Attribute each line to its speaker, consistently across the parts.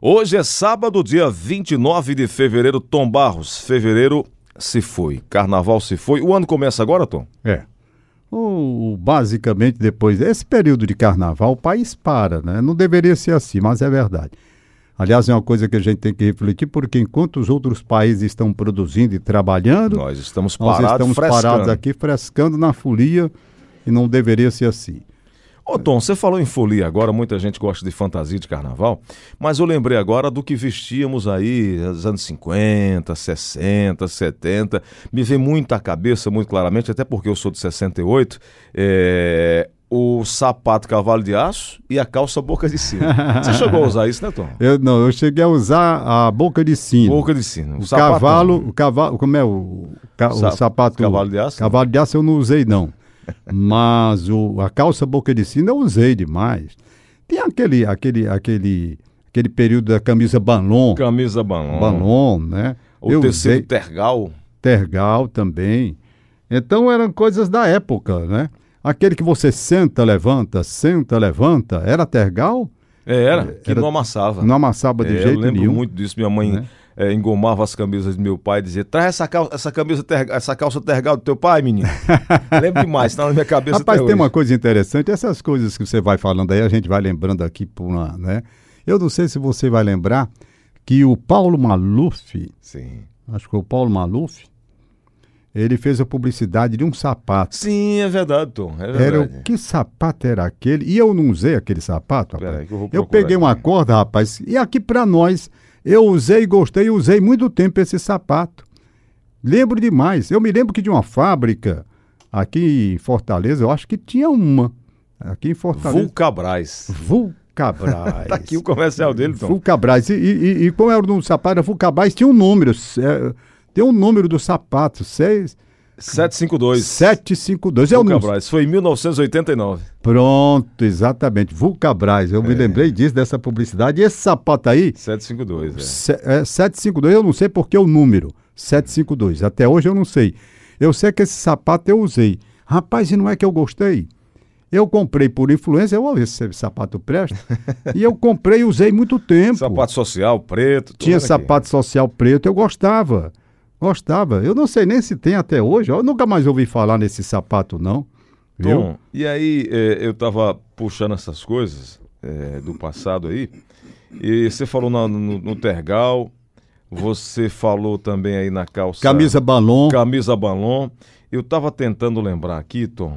Speaker 1: Hoje é sábado, dia 29 de fevereiro, Tom Barros. Fevereiro se foi, carnaval se foi. O ano começa agora, Tom?
Speaker 2: É. O, basicamente, depois desse período de carnaval, o país para, né? Não deveria ser assim, mas é verdade. Aliás, é uma coisa que a gente tem que refletir, porque enquanto os outros países estão produzindo e trabalhando,
Speaker 1: Nós estamos
Speaker 2: nós
Speaker 1: parados,
Speaker 2: estamos
Speaker 1: frescando.
Speaker 2: parados aqui frescando na folia e não deveria ser assim.
Speaker 1: Ô Tom, você falou em folia agora, muita gente gosta de fantasia de carnaval, mas eu lembrei agora do que vestíamos aí nos anos 50, 60, 70. Me vem muito à cabeça, muito claramente, até porque eu sou de 68, é, o sapato cavalo de aço e a calça boca de sino. Você chegou a usar isso, né, Tom?
Speaker 2: Eu não, eu cheguei a usar a boca de sino.
Speaker 1: Boca de sino.
Speaker 2: O
Speaker 1: sapatão.
Speaker 2: cavalo, o cavalo, como é o, ca- o
Speaker 1: Sa-
Speaker 2: sapato?
Speaker 1: né? cavalo de aço? né?
Speaker 2: Cavalo de aço eu não usei não, mas o, a calça boca de sino eu usei demais. Tem aquele, aquele, aquele, aquele período da camisa balon,
Speaker 1: Camisa balão.
Speaker 2: balon, né?
Speaker 1: O
Speaker 2: eu
Speaker 1: tecido tá-
Speaker 2: usei
Speaker 1: tergal.
Speaker 2: tergal também. Então eram coisas da época, né? Aquele que você senta, levanta, senta, levanta, era tergal?
Speaker 1: É, era, que
Speaker 2: Era-
Speaker 1: não amassava.
Speaker 2: Não amassava de
Speaker 1: É,
Speaker 2: jeito
Speaker 1: eu lembro
Speaker 2: nenhum.
Speaker 1: muito disso. Minha mãe
Speaker 2: Né?
Speaker 1: eh, engomava as camisas do meu pai e dizia: traz essa calça, essa camisa ter- essa calça tergal do teu pai, menino. lembro demais, tá na minha cabeça.
Speaker 2: Rapaz,
Speaker 1: até
Speaker 2: tem
Speaker 1: hoje.
Speaker 2: uma coisa interessante, essas coisas que você vai falando aí, a gente vai lembrando aqui por lá, né? Eu não sei se você vai lembrar que o Paulo Maluf,
Speaker 1: Sim.
Speaker 2: acho que foi o Paulo Maluf, ele fez a publicidade de um sapato.
Speaker 1: Sim, é verdade, Tom. É verdade.
Speaker 2: Era o que sapato era aquele? E eu não usei aquele sapato, rapaz.
Speaker 1: Peraí que eu vou
Speaker 2: eu
Speaker 1: procurar
Speaker 2: peguei
Speaker 1: aqui.
Speaker 2: uma corda, rapaz, e aqui pra nós, eu usei, gostei, usei muito tempo esse sapato. Lembro demais. Eu me lembro que de uma fábrica aqui em Fortaleza, eu acho que tinha uma. Aqui em Fortaleza.
Speaker 1: Vulcabras.
Speaker 2: Vulcabras. Então,
Speaker 1: Tá aqui o comercial dele, Tom.
Speaker 2: Vulcabras. E, e, e- e qual era o nome do sapato? Era Vulcabras tinha um número. é, tem um número do sapato, seis-
Speaker 1: 752.
Speaker 2: 752. É o número.
Speaker 1: Vulcabras. Foi em 1989.
Speaker 2: Pronto, exatamente. Vulcabras. Eu me
Speaker 1: É.
Speaker 2: lembrei disso, dessa publicidade. E esse sapato aí,
Speaker 1: 752.
Speaker 2: se- é, 752, eu não sei por que o número. 752. Até hoje eu não sei. Eu sei que esse sapato eu usei. Rapaz, e não é que eu gostei? Eu comprei por influência, eu vou ver se esse sapato presta. e eu comprei e usei muito
Speaker 1: É.
Speaker 2: tempo.
Speaker 1: Sapato social, preto. tô
Speaker 2: Tinha
Speaker 1: vendo aqui.
Speaker 2: sapato social preto, eu gostava. Gostava. Eu não sei nem se tem até hoje. ó. Eu nunca mais ouvi falar nesse sapato, não. Viu?
Speaker 1: Tom, e aí eh, eu tava puxando essas coisas eh, do passado aí, e você falou na- no, no Tergal, você falou também aí na calça...
Speaker 2: Camisa balon.
Speaker 1: Camisa balon. Eu tava tentando lembrar aqui, Tom,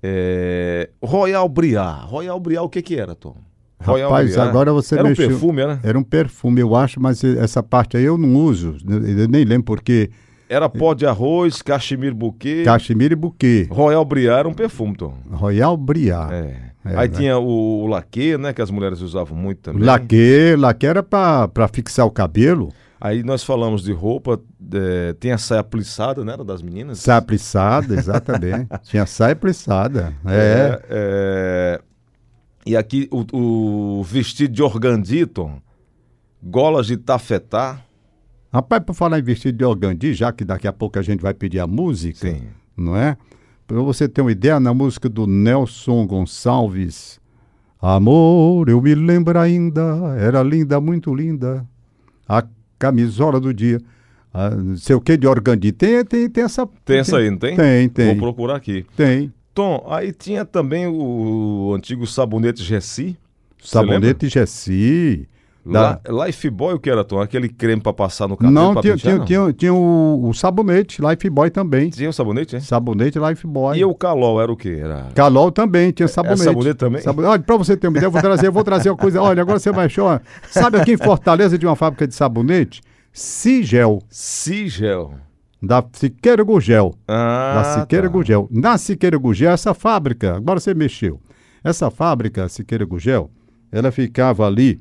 Speaker 1: eh, Royal Briar. Royal Briar, o que que era, Tom? Royal
Speaker 2: Rapaz, agora você
Speaker 1: Era
Speaker 2: mexeu.
Speaker 1: um perfume, era?
Speaker 2: Era um perfume, eu acho, mas essa parte aí eu não uso. Eu nem lembro porque
Speaker 1: Era pó de arroz, cachemiro buquê.
Speaker 2: cachemiro e buquê.
Speaker 1: Royal Briar era um perfume, Tom.
Speaker 2: Royal Briar.
Speaker 1: É.
Speaker 2: É,
Speaker 1: aí
Speaker 2: né?
Speaker 1: tinha o, o laque, né, que as mulheres usavam muito também.
Speaker 2: Laque, laque era pra, pra fixar o cabelo,
Speaker 1: Aí nós falamos de roupa, eh, tem a saia plissada, né? era Das meninas.
Speaker 2: saia plissada, exatamente. Tinha saia plissada. É.
Speaker 1: É, é, E aqui o, o vestido de organditon, golas de tafetá.
Speaker 2: Rapaz, pra falar em vestido de organdi, já que daqui a pouco a gente vai pedir a música,
Speaker 1: Sim.
Speaker 2: não é? Pra você ter uma ideia, na música do Nelson Gonçalves, Amor, eu me lembro ainda, era linda, muito linda, a camisola do dia, ah, não sei o que de organdi. Tem, tem, tem essa...
Speaker 1: Tem essa aí, não tem?
Speaker 2: Tem, tem,
Speaker 1: Vou procurar aqui.
Speaker 2: tem.
Speaker 1: Tom, aí tinha também o antigo sabonete Gessi. Você lembra?
Speaker 2: Sabonete Jessi.
Speaker 1: Lá, Life Boy, o que era, Tom? Aquele creme pra passar no cabelo
Speaker 2: Não,
Speaker 1: pra
Speaker 2: tinha,
Speaker 1: pentear,
Speaker 2: tinha,
Speaker 1: não?
Speaker 2: tinha, tinha o, o sabonete Life Boy também.
Speaker 1: Tinha o sabonete, hein?
Speaker 2: Sabonete Life Boy.
Speaker 1: É. E o calol era o quê? Era...
Speaker 2: Calol também, tinha sabonete.
Speaker 1: sabonete também?
Speaker 2: Sabonete. Olha, pra você ter uma ideia, eu vou trazer, eu vou trazer uma coisa. Olha, agora você vai achar. Sabe aqui em Fortaleza de uma fábrica de sabonete? Sigel,
Speaker 1: Sigel.
Speaker 2: da Siqueira Gugel.
Speaker 1: Ah,
Speaker 2: Da Siqueira
Speaker 1: tá.
Speaker 2: Gugel. Na Siqueira Gugel, essa fábrica, agora você mexeu. Essa fábrica, Siqueira Gugel, ela ficava ali.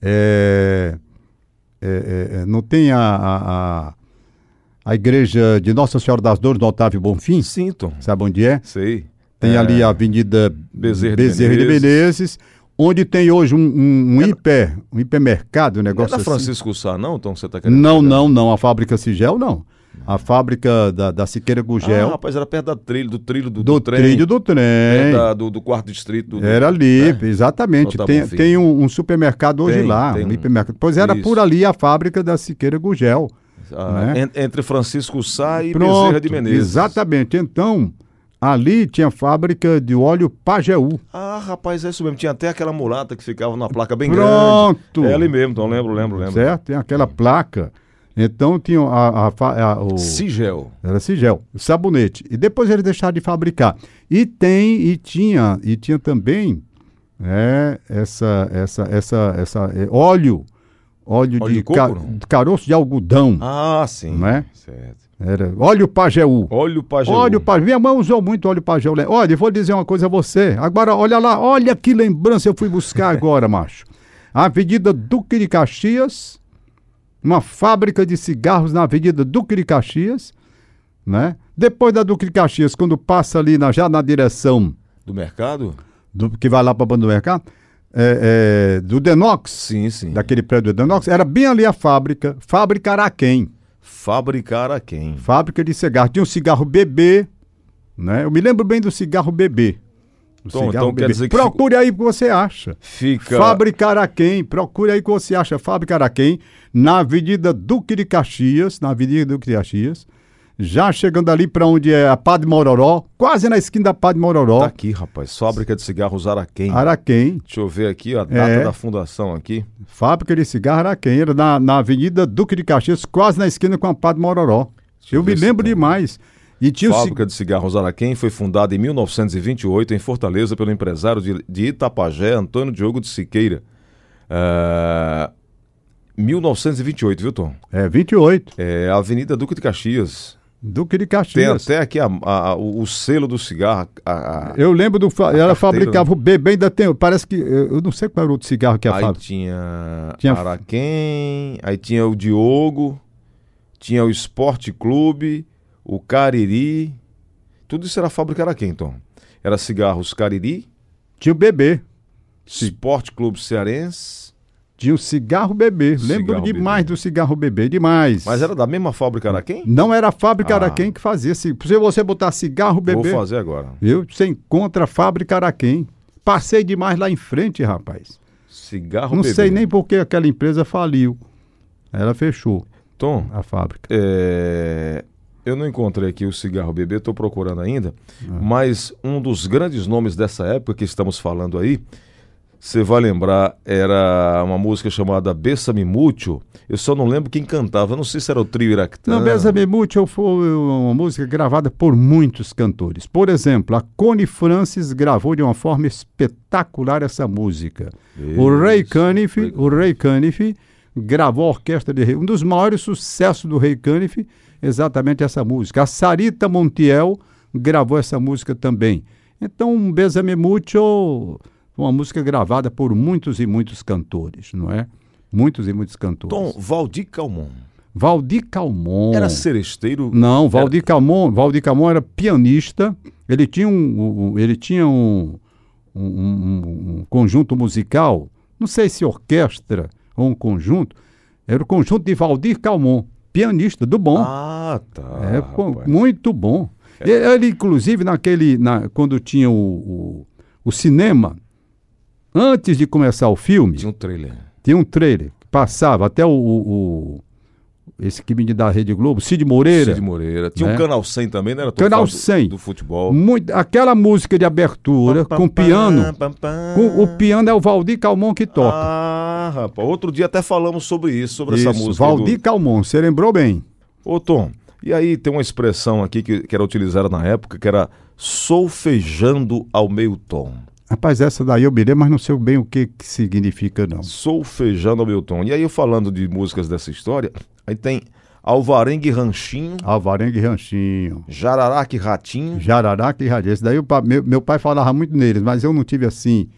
Speaker 2: é, é, é, é, não tem a, a, a, a igreja de Nossa Senhora das Dores do Otávio Bonfim?
Speaker 1: Sim, Tom.
Speaker 2: Sabe onde é?
Speaker 1: Sei.
Speaker 2: Tem
Speaker 1: É.
Speaker 2: ali a Avenida
Speaker 1: Bezerra
Speaker 2: Bezerra,
Speaker 1: de
Speaker 2: de,
Speaker 1: Menezes.
Speaker 2: Menezes. onde tem hoje um, um, um hiper, um hipermercado, um
Speaker 1: Não é
Speaker 2: negócio
Speaker 1: da
Speaker 2: assim.
Speaker 1: Francisco Sá, não, Tom, que você tá querendo?
Speaker 2: Não, não, não. A fábrica Sigel, não. A fábrica da, da Siqueira
Speaker 1: Ah,
Speaker 2: Gugel.
Speaker 1: rapaz, era perto da trilha, do trilho do,
Speaker 2: do
Speaker 1: trem.
Speaker 2: trilho do trem.
Speaker 1: perto da- do, do quarto distrito. do-
Speaker 2: Era ali,
Speaker 1: né?
Speaker 2: exatamente.
Speaker 1: Nota
Speaker 2: Tem,
Speaker 1: Bonfim.
Speaker 2: tem um, um supermercado hoje
Speaker 1: Tem,
Speaker 2: lá.
Speaker 1: tem
Speaker 2: um
Speaker 1: um.
Speaker 2: hipermercado. Pois era
Speaker 1: Isso.
Speaker 2: por ali a fábrica da Siqueira Gugel.
Speaker 1: Ah,
Speaker 2: né?
Speaker 1: en- Entre Francisco Sá e
Speaker 2: Pronto,
Speaker 1: Bezerra de Menezes.
Speaker 2: Exatamente. Então, ali tinha fábrica de óleo Pajeú.
Speaker 1: Ah, rapaz, é isso mesmo. Tinha até aquela mulata que ficava numa placa bem
Speaker 2: Pronto.
Speaker 1: grande. É ali mesmo, então lembro, lembro, lembro.
Speaker 2: Certo? Tem aquela placa. Então tinha a, a fa- a- o,
Speaker 1: Sigel.
Speaker 2: era Sigel, o sabonete. E depois eles deixaram de fabricar. E tem, e tinha, e tinha também né, essa, essa, essa, essa é, óleo, óleo,
Speaker 1: Óleo
Speaker 2: de,
Speaker 1: de coco,
Speaker 2: ca-
Speaker 1: não?
Speaker 2: de caroço de algodão.
Speaker 1: Ah, sim.
Speaker 2: Né?
Speaker 1: Certo.
Speaker 2: Era óleo Pajeú.
Speaker 1: Olha o Pajéu.
Speaker 2: Óleo Pajeú. Minha mãe usou muito óleo Pajeú. né? Olha, eu vou dizer uma coisa a você. Agora, olha lá, olha que lembrança eu fui buscar agora, macho. Avenida Duque de Caxias, uma fábrica de cigarros na Avenida Duque de Caxias, né? Depois da Duque de Caxias, quando passa ali na, já na direção
Speaker 1: Do mercado?
Speaker 2: do que vai lá para do Mercado, é, é, do Denox,
Speaker 1: Sim, sim.
Speaker 2: daquele prédio do Denox, era bem ali a fábrica, fábrica Araquém.
Speaker 1: Fabricar a quem?
Speaker 2: fábrica de cigarro. Tinha um cigarro bebê, né? Eu me lembro bem do cigarro bebê. O
Speaker 1: Tom, então quer dizer que
Speaker 2: Procure aí o que você acha.
Speaker 1: Fica.
Speaker 2: Fábrica Araquém, procure aí o que você acha. Fábrica Araquém, na Avenida Duque de Caxias, na Avenida Duque de Caxias, já chegando ali para onde é a Padre Mororó, quase na esquina da Padre
Speaker 1: Tá
Speaker 2: Mororó,
Speaker 1: aqui, rapaz. Fábrica de cigarros Araquém.
Speaker 2: Araquém,
Speaker 1: Deixa eu ver aqui ó, a data
Speaker 2: Ah. É.
Speaker 1: da fundação aqui.
Speaker 2: fábrica de cigarro Araquém, era na, na Avenida Duque de Caxias, quase na esquina com a Padre Mororó.
Speaker 1: Deixa eu
Speaker 2: Eu me
Speaker 1: ver se
Speaker 2: lembro
Speaker 1: tem.
Speaker 2: demais. E tinha o ci-
Speaker 1: Fábrica de cigarros Araquém foi fundada em 1928 em Fortaleza pelo empresário de, de Itapajé, Antônio Diogo de Siqueira. Ah, 1928, viu, Tom?
Speaker 2: É, 28,
Speaker 1: É, Avenida Duque de Caxias.
Speaker 2: Duque de
Speaker 1: Tem
Speaker 2: Caxias.
Speaker 1: até aqui a- a- a- o, o selo do cigarro. a- a-
Speaker 2: Eu lembro do. fa- Ela
Speaker 1: carteira,
Speaker 2: fabricava o bebê, ainda tem. Parece que. Eu eu não sei qual era o outro cigarro que a
Speaker 1: aí
Speaker 2: fábrica.
Speaker 1: tinha,
Speaker 2: Tinha-
Speaker 1: Araquém, aí tinha o Diogo, tinha o Esporte Clube, o Cariri. Tudo isso era fábrica Araquém, Tom. Era cigarros Cariri,
Speaker 2: Tinha o bebê.
Speaker 1: Esporte Clube Cearense.
Speaker 2: Tinha o cigarro bebê. Lembro
Speaker 1: Cigarro
Speaker 2: demais
Speaker 1: bebê.
Speaker 2: do cigarro bebê, demais.
Speaker 1: Mas era da mesma fábrica Araquém?
Speaker 2: Não era a fábrica
Speaker 1: Ah.
Speaker 2: Araquém que fazia. Se se você botar cigarro
Speaker 1: Vou
Speaker 2: bebê,
Speaker 1: fazer agora.
Speaker 2: viu? Você encontra a fábrica Araquém. Passei demais lá em frente, rapaz.
Speaker 1: Cigarro
Speaker 2: não
Speaker 1: bebê.
Speaker 2: sei nem por que aquela empresa faliu. Ela fechou
Speaker 1: Tom,
Speaker 2: a fábrica.
Speaker 1: É, Eu não encontrei aqui o cigarro bebê, estou procurando ainda, mas um dos grandes nomes dessa época que estamos falando aí, você vai lembrar, era uma música chamada Bessa-me Mútil. Eu só não lembro quem cantava, eu não sei se era o trio Iractã.
Speaker 2: Não, Beza Memútil foi uma música gravada por muitos cantores. Por exemplo, a Connie Francis gravou de uma forma espetacular essa música. O Ray
Speaker 1: Isso,
Speaker 2: Caniff,
Speaker 1: Ray
Speaker 2: o Ray Caniff gravou a orquestra de rei, um dos maiores sucessos do Ray Caniff, exatamente essa música. A Sarita Montiel gravou essa música também. Então, Beza Memútil foi uma música gravada por muitos e muitos cantores, não é? Muitos e muitos cantores.
Speaker 1: Tom, Valdir Calmon.
Speaker 2: Valdir Calmon.
Speaker 1: Era seresteiro?
Speaker 2: Não, Valdir Camon, Valdir Camon era pianista. Ele tinha um, um- ele tinha um, um- um- um conjunto musical, não sei se orquestra ou um conjunto. Era o conjunto de Valdir Calmon, pianista do bom.
Speaker 1: Ah, tá.
Speaker 2: é, co-
Speaker 1: rapaz. É.
Speaker 2: muito bom. E- Ele, inclusive, naquele, na- quando tinha o, o- o cinema, antes de começar o filme,
Speaker 1: Tinha um trailer.
Speaker 2: tinha um trailer que passava até o, o- o- esse que me da Rede Globo, Cid Moreira.
Speaker 1: Cid Moreira. Tinha um
Speaker 2: Né?
Speaker 1: Canal 100 também, não era? Tom?
Speaker 2: Canal
Speaker 1: Falando
Speaker 2: 100.
Speaker 1: Do futebol.
Speaker 2: Muito- aquela música de abertura com piano. com- o piano é o Valdir Calmon que toca.
Speaker 1: Ah, rapaz. Outro dia até falamos sobre isso, sobre essa
Speaker 2: Isso,
Speaker 1: música. aí
Speaker 2: Valdir Calmon, você lembrou bem.
Speaker 1: Do... Ô, Tom, e aí tem uma expressão aqui que, que era utilizada na época, que era solfejando ao meio tom.
Speaker 2: Rapaz, essa daí eu me lembro, mas não sei bem o que, que significa, não.
Speaker 1: Solfejando ao meio tom. E aí eu falando de músicas dessa história, aí tem Alvarengue Ranchinho,
Speaker 2: Alvarengue e Ranchinho,
Speaker 1: Jararaque Ratinho.
Speaker 2: Jararaca e Radinho. Esse daí o pa- meu, meu pai falava muito neles, mas eu não tive, assim,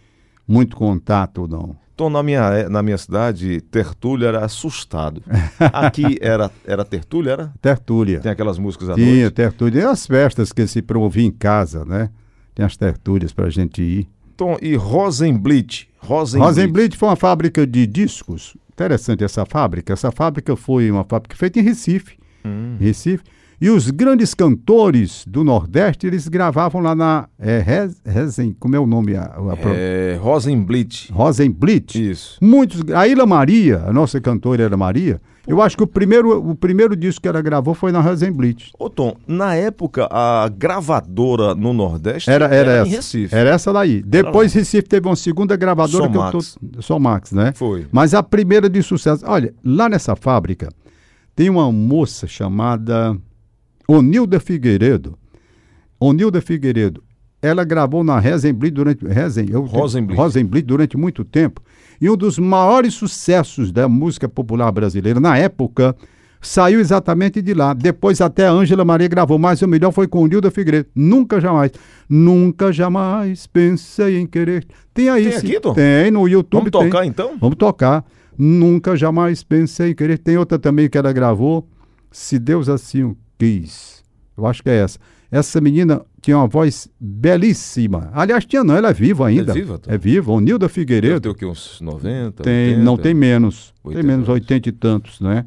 Speaker 2: muito contato, não.
Speaker 1: Tom, na minha, é, na minha cidade, Tertúlio era assustado. Aqui era, era Tertúlio, era?
Speaker 2: Tertúlia.
Speaker 1: Tem aquelas músicas à noite.
Speaker 2: Tinha tertúlia. E as festas que se promovia em casa, né? Tem as tertúlias pra gente ir.
Speaker 1: Tom, e Rosenblit. Rosenblit.
Speaker 2: Rosenblit foi uma fábrica de discos. Interessante essa fábrica. Essa fábrica foi uma fábrica feita em Recife.
Speaker 1: Hum.
Speaker 2: Recife. E os grandes cantores do Nordeste, eles gravavam lá na é, Res- Resen, como é o nome? A, a, pro-
Speaker 1: É, Rosenblit.
Speaker 2: Rosenblit.
Speaker 1: Isso.
Speaker 2: Muitos, a Ilha Maria, a nossa cantora Ilha Maria, eu acho que o primeiro, o primeiro disco que ela gravou foi na Rosenblit.
Speaker 1: Ô Tom, na época a gravadora no Nordeste
Speaker 2: Era, era,
Speaker 1: em
Speaker 2: essa.
Speaker 1: Recife.
Speaker 2: Era essa daí. Depois Recife teve uma segunda gravadora
Speaker 1: Somax.
Speaker 2: que eu tô. Somax, né?
Speaker 1: Foi.
Speaker 2: Mas a primeira de sucesso. Olha, lá nessa fábrica tem uma moça chamada Onilda Figueiredo. Onilda Figueiredo. Ela gravou na Resenblit durante Resen, eu,
Speaker 1: Rosenblit.
Speaker 2: Rosenblit durante muito tempo. E um dos maiores sucessos da música popular brasileira na época saiu exatamente de lá. Depois até a Ângela Maria gravou, mas o melhor foi com Onilda Figueiredo. Nunca jamais, nunca jamais pensei em querer. Tem aí
Speaker 1: Tem
Speaker 2: sim.
Speaker 1: aqui, Tom?
Speaker 2: Tem no YouTube
Speaker 1: Vamos
Speaker 2: tem.
Speaker 1: tocar então?
Speaker 2: Vamos tocar. Nunca jamais pensei em querer. Tem outra também que ela gravou. Se Deus assim o quis. Eu acho que é essa. Essa menina tinha uma voz belíssima. Aliás, tinha não, ela é viva ainda.
Speaker 1: viva, Tom?
Speaker 2: É viva. Onilda
Speaker 1: Deve
Speaker 2: Figueiredo.
Speaker 1: ter o quê? Uns 90?
Speaker 2: Tem,
Speaker 1: 80?
Speaker 2: não, tem menos.
Speaker 1: 80
Speaker 2: tem menos,
Speaker 1: anos.
Speaker 2: 80 e tantos, né?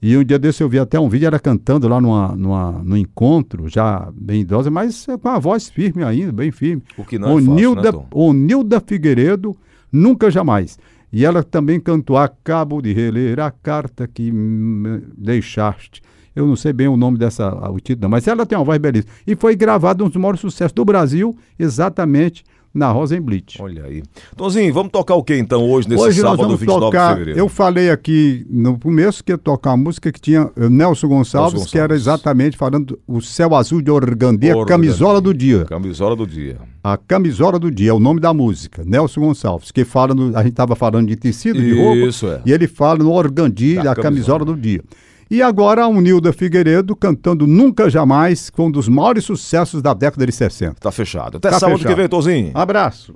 Speaker 2: E um dia desse eu vi até um vídeo, era cantando lá numa, numa, num encontro, já bem idosa, mas é com a voz firme ainda, bem firme.
Speaker 1: O que não é
Speaker 2: Onilda,
Speaker 1: fácil, né,
Speaker 2: Onilda Figueiredo, Nunca Jamais. E ela também cantou Acabo de reler a carta que me deixaste. Eu não sei bem o nome dessa, a- o título, mas ela tem uma voz belíssima. E foi gravado um dos maiores sucessos do Brasil, exatamente na Rosenblit.
Speaker 1: Olha aí. Tomzinho, vamos tocar o que então hoje, nesse
Speaker 2: Hoje nós
Speaker 1: sábado,
Speaker 2: vamos
Speaker 1: 29 de
Speaker 2: tocar.
Speaker 1: fevereiro?
Speaker 2: Eu falei aqui no começo que ia tocar uma música que tinha eh, Nelson Gonçalves,
Speaker 1: Gonçalves.
Speaker 2: que era exatamente falando o céu azul de Organdia,
Speaker 1: Organdia.
Speaker 2: camisola do dia.
Speaker 1: Camisola do dia.
Speaker 2: A camisola do dia é o nome da música, Nelson Gonçalves, que fala no, a gente estava falando de tecido, de roupa,
Speaker 1: Isso, é.
Speaker 2: e ele fala no organdi
Speaker 1: Da
Speaker 2: da
Speaker 1: camisola.
Speaker 2: camisola do dia. E agora a Unilda Figueiredo cantando Nunca Jamais, que foi um dos maiores sucessos da década de 60.
Speaker 1: Tá fechado. Até
Speaker 2: Tá
Speaker 1: sábado que
Speaker 2: fechado.
Speaker 1: vem, Tomzinho.
Speaker 2: Abraço.